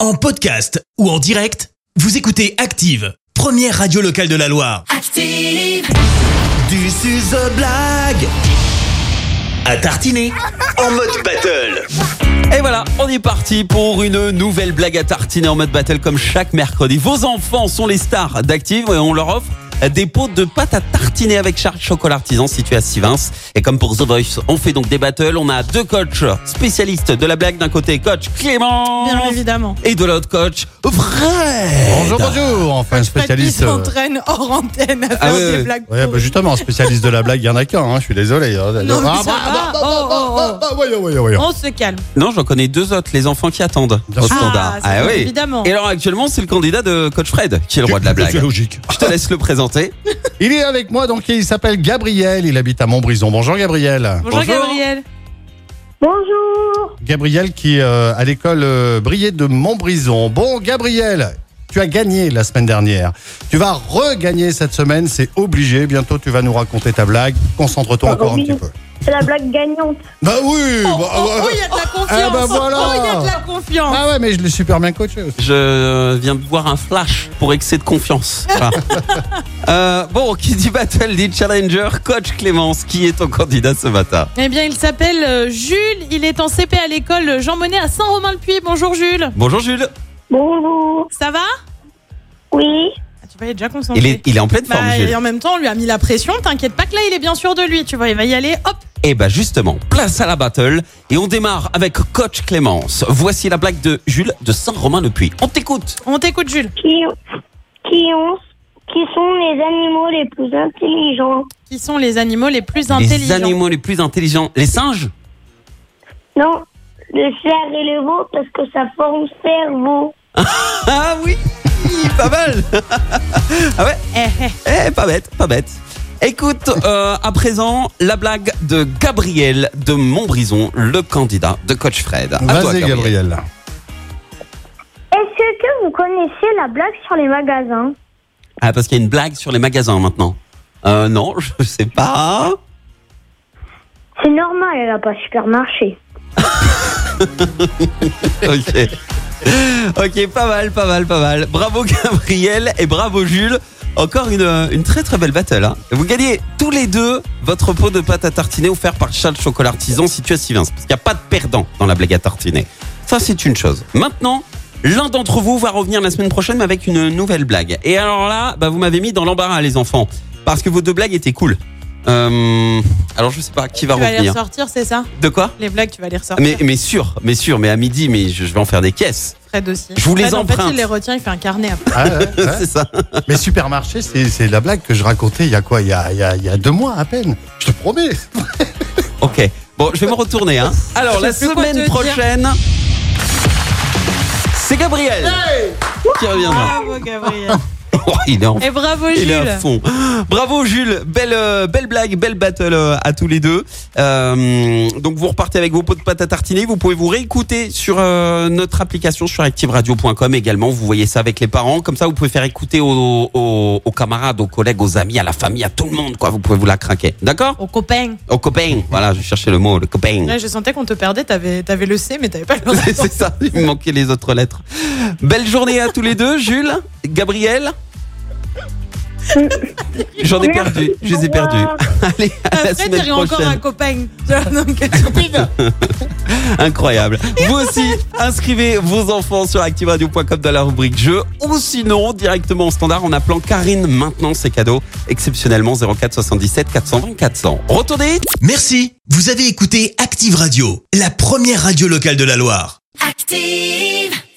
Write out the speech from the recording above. En podcast ou en direct, vous écoutez Active, première radio locale de la Loire. Active, Du suzo blague à tartiner en mode battle. Et voilà, on est parti pour une nouvelle blague à tartiner en mode battle comme chaque mercredi. Vos enfants sont les stars d'Active et on leur offre des pots de pâte à tartiner avec Charles Chocolat Artisan situé à Sivins. Et comme pour The Voice, on fait donc des battles. On a deux coachs spécialistes de la blague. D'un côté, coach Clément. Bien évidemment. Et de l'autre, coach Fred. Bonjour, bonjour. Enfin, un spécialiste. Eh, Pas qui euh, s'entraîne hors antenne à faire ouais, des ouais. blagues. Ouais, bah justement, un spécialiste de la blague, il y en a qu'un. hein, je suis désolé. hein. Non, mais Ah, ça bah, va. bah, bah, Oh, oh, oh. bah, bah, voyons, voyons, voyons. On se calme. Non, j'en connais deux autres, les enfants qui attendent Bien au sûr. standard. Ah, ça, bien évidemment. Et alors actuellement, c'est le candidat de coach Fred qui est le roi de la C'est blague. logique. Je te laisse le présenter. Il est avec moi, donc il s'appelle Gabriel. Il habite à Montbrison. Bonjour, Gabriel. Bonjour, Bonjour. Gabriel. Bonjour. Gabriel qui est à l'école euh, Brié de Montbrison. Bon, Gabriel, tu as gagné la semaine dernière. Tu vas regagner cette semaine, c'est obligé. Bientôt, tu vas nous raconter ta blague. Concentre-toi Ah, encore un oui. petit peu. C'est la blague gagnante. Bah oui. Oh, bah, oh, bah, oh, il y a de la confiance. Ah, bah, voilà. Oh, il y a de la confiance. ah ouais, mais je l'ai super bien coaché aussi. Je viens de voir un flash pour excès de confiance. Voilà. Euh, bon, qui dit battle dit challenger, coach Clémence, qui est ton candidat ce matin Eh bien, il s'appelle euh, Jules. Il est en CP à l'école Jean Monnet à Saint-Romain-le-Puy. Bonjour, Jules. Bonjour Jules. Bonjour. Ça va Oui. Ah, Tu vois, il est déjà concentré. Il est, il est en pleine Bah, forme et Jules. en même temps, on lui a mis la pression. T'inquiète pas que là, il est bien sûr de lui. Tu vois, il va y aller. Hop. Et bah justement, place à la battle et on démarre avec coach Clémence. Voici la blague de Jules de Saint-Romain-le-Puy. On t'écoute. On t'écoute, Jules. Qui, qui, ont, qui sont les animaux les plus intelligents Qui sont les animaux les plus Les intelligents animaux les plus intelligents, les singes Non, le cerf et le veau parce que ça forme cerveau. Ah oui, pas mal. ah ouais, Eh, eh. eh, pas bête, pas bête. Écoute, euh, à présent, la blague de Gabriel de Montbrison, le candidat de Coach Fred. À toi, Vas-y, Gabriel. Est-ce que vous connaissez la blague sur les magasins Ah, parce qu'il y a une blague sur les magasins maintenant. Euh, non, je sais pas. C'est normal, elle n'a pas supermarché. Ok. Ok, pas mal, pas mal, pas mal. Bravo Gabriel et bravo Jules. Encore une, euh, une très très belle battle. hein. Vous gagnez tous les deux votre pot de pâte à tartiner offert par Charles Chocolat Artisan situé à Sivins. Parce qu'il n'y a pas de perdant dans la blague à tartiner. Ça, c'est une chose. Maintenant, l'un d'entre vous va revenir la semaine prochaine mais avec une nouvelle blague. Et alors là, bah, vous m'avez mis dans l'embarras, les enfants. Parce que vos deux blagues étaient cool. Euh, alors, je sais pas qui va Tu vas les revenir. ressortir, c'est ça De quoi Les blagues, tu vas les ressortir. mais, mais sûr, mais sûr, mais à midi, mais je, je vais en faire des caisses. Fred aussi. Je vous les Fred, en fait, emprunte. il les retient, il fait un carnet après. Ah, ouais, ouais. C'est ça. Mais supermarché, c'est c'est la blague que je racontais il y a quoi il y a, il y a- il y a deux mois à peine. Je te promets. Ok. Bon, je vais me retourner. Hein. Alors, Je la sais plus quoi semaine te dire. prochaine, c'est Gabriel qui reviendra. Bravo Gabriel. Oh, il est en Et bravo il est à Jules. fond. Bravo Jules, belle, euh, belle blague, belle battle euh, à tous les deux. Euh, donc vous repartez avec vos pots de pâte à tartiner. Vous pouvez vous réécouter sur euh, notre application sur activeradio.com également. Vous voyez ça avec les parents. Comme ça, vous pouvez faire écouter aux, aux- aux camarades, aux collègues, aux amis, à la famille, à tout le monde. Quoi, vous pouvez vous la craquer. D'accord Au copain. Aux copains. Voilà, je cherchais le mot, le copain. Là, je sentais qu'on te perdait. T'avais, t'avais le C, mais t'avais pas le C'est reste. c'est ça, il me manquait les autres lettres. Belle journée à tous les deux, Jules, Gabriel. J'en ai perdu, je les ai perdus. Allez, à la Après, semaine t'aurais encore un prochaine. copain. Donc, stupide. Incroyable. Vous aussi, inscrivez vos enfants sur activeradio.com dans la rubrique jeu ou sinon directement au standard en appelant Karine maintenant, c'est cadeau, exceptionnellement 04 77 420 400. Retournez Merci, vous avez écouté Active Radio, la première radio locale de la Loire. active.